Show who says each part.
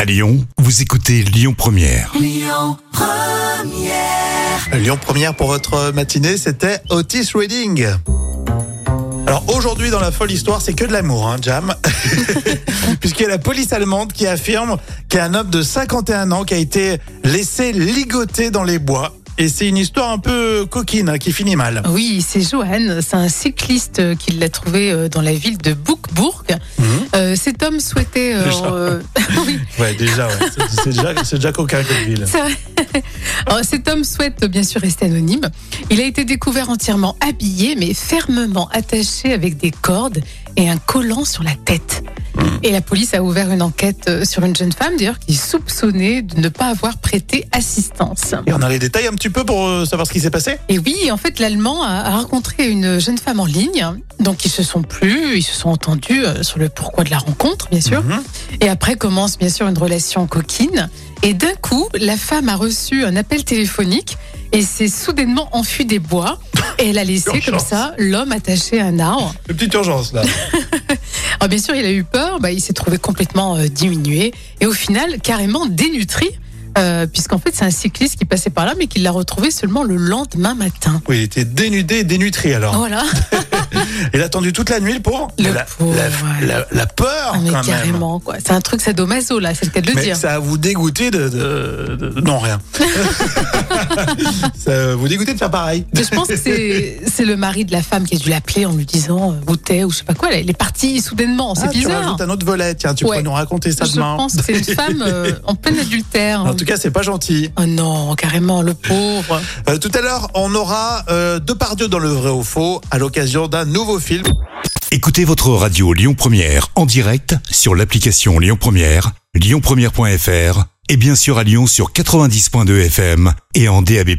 Speaker 1: À Lyon, vous écoutez Lyon Première.
Speaker 2: Lyon Première pour votre matinée, c'était Otis Reading. Alors aujourd'hui dans la folle histoire, c'est que de l'amour, hein, Jam, puisqu'il y a la police allemande qui affirme qu'il y a un homme de 51 ans qui a été laissé ligoter dans les bois. Et c'est une histoire un peu coquine hein, qui finit mal.
Speaker 3: Oui, c'est Johan, c'est un cycliste euh, qui l'a trouvé euh, dans la ville de Bookbourg. Euh, cet homme souhaitait... euh,
Speaker 2: Déjà.
Speaker 3: euh, oui,
Speaker 2: Ouais, déjà, ouais. C'est- c'est déjà, c'est déjà coquin comme ville.
Speaker 3: c'est vrai. Alors, cet homme souhaite euh, bien sûr rester anonyme. Il a été découvert entièrement habillé, mais fermement attaché avec des cordes et un collant sur la tête. Et la police a ouvert une enquête euh, sur une jeune femme, d'ailleurs, qui est soupçonnée de ne pas avoir prêté assistance.
Speaker 2: Et on a les détails un petit peu pour euh, savoir ce qui s'est passé.
Speaker 3: Et oui, en fait, l'Allemand a a rencontré une jeune femme en ligne. Donc, ils se sont plus, ils se sont entendus euh, sur le pourquoi de la rencontre, bien sûr.
Speaker 2: Mhm.
Speaker 3: Et après commence, bien sûr, une relation coquine. Et d'un coup, la femme a reçu un appel téléphonique et s'est soudainement enfuie des bois. Et elle a laissé
Speaker 2: Urgence.
Speaker 3: comme ça l'homme attaché à un arbre.
Speaker 2: Une petite urgence là.
Speaker 3: Alors, bien sûr, il a eu peur, bah, il s'est trouvé complètement euh, diminué et au final, carrément dénutri. euh, Puisqu'en fait, c'est un cycliste qui passait par là, mais qui l'a retrouvé seulement le lendemain matin.
Speaker 2: Oui, il était dénudé et dénutri alors.
Speaker 3: Voilà.
Speaker 2: Il a attendu toute la nuit pour
Speaker 3: Le
Speaker 2: la,
Speaker 3: pauvre,
Speaker 2: la-
Speaker 3: ouais.
Speaker 2: la- la peur
Speaker 3: Ah, mais
Speaker 2: quand même.
Speaker 3: carrément, quoi. C'est un truc sadomaso, là, c'est le cas de le
Speaker 2: Mais
Speaker 3: dire.
Speaker 2: ça a vous dégoûté de, de- de- non rien. ça a vous dégoûté de faire pareil.
Speaker 3: Mais je pense que c'est c'est le mari de la femme qui a dû l'appeler en lui disant euh, où t'es ou je sais pas quoi. Elle est partie soudainement, c'est
Speaker 2: Ah, Tu
Speaker 3: bizarre.
Speaker 2: rajoutes un autre volet. Tiens, tu
Speaker 3: Ouais.
Speaker 2: pourrais nous raconter ça
Speaker 3: Je
Speaker 2: demain.
Speaker 3: pense hein. que c'est une femme euh, en plein adultère.
Speaker 2: En tout cas, c'est pas gentil.
Speaker 3: Oh non, carrément, le pauvre.
Speaker 2: Euh, tout à l'heure, on aura euh, Depardieu dans le vrai ou faux à l'occasion d'un nouveau film.
Speaker 1: Écoutez votre radio Lyon Première en direct sur l'application Lyon Première, lyonpremière.fr et bien sûr à Lyon sur 90.2 FM et en DAB+.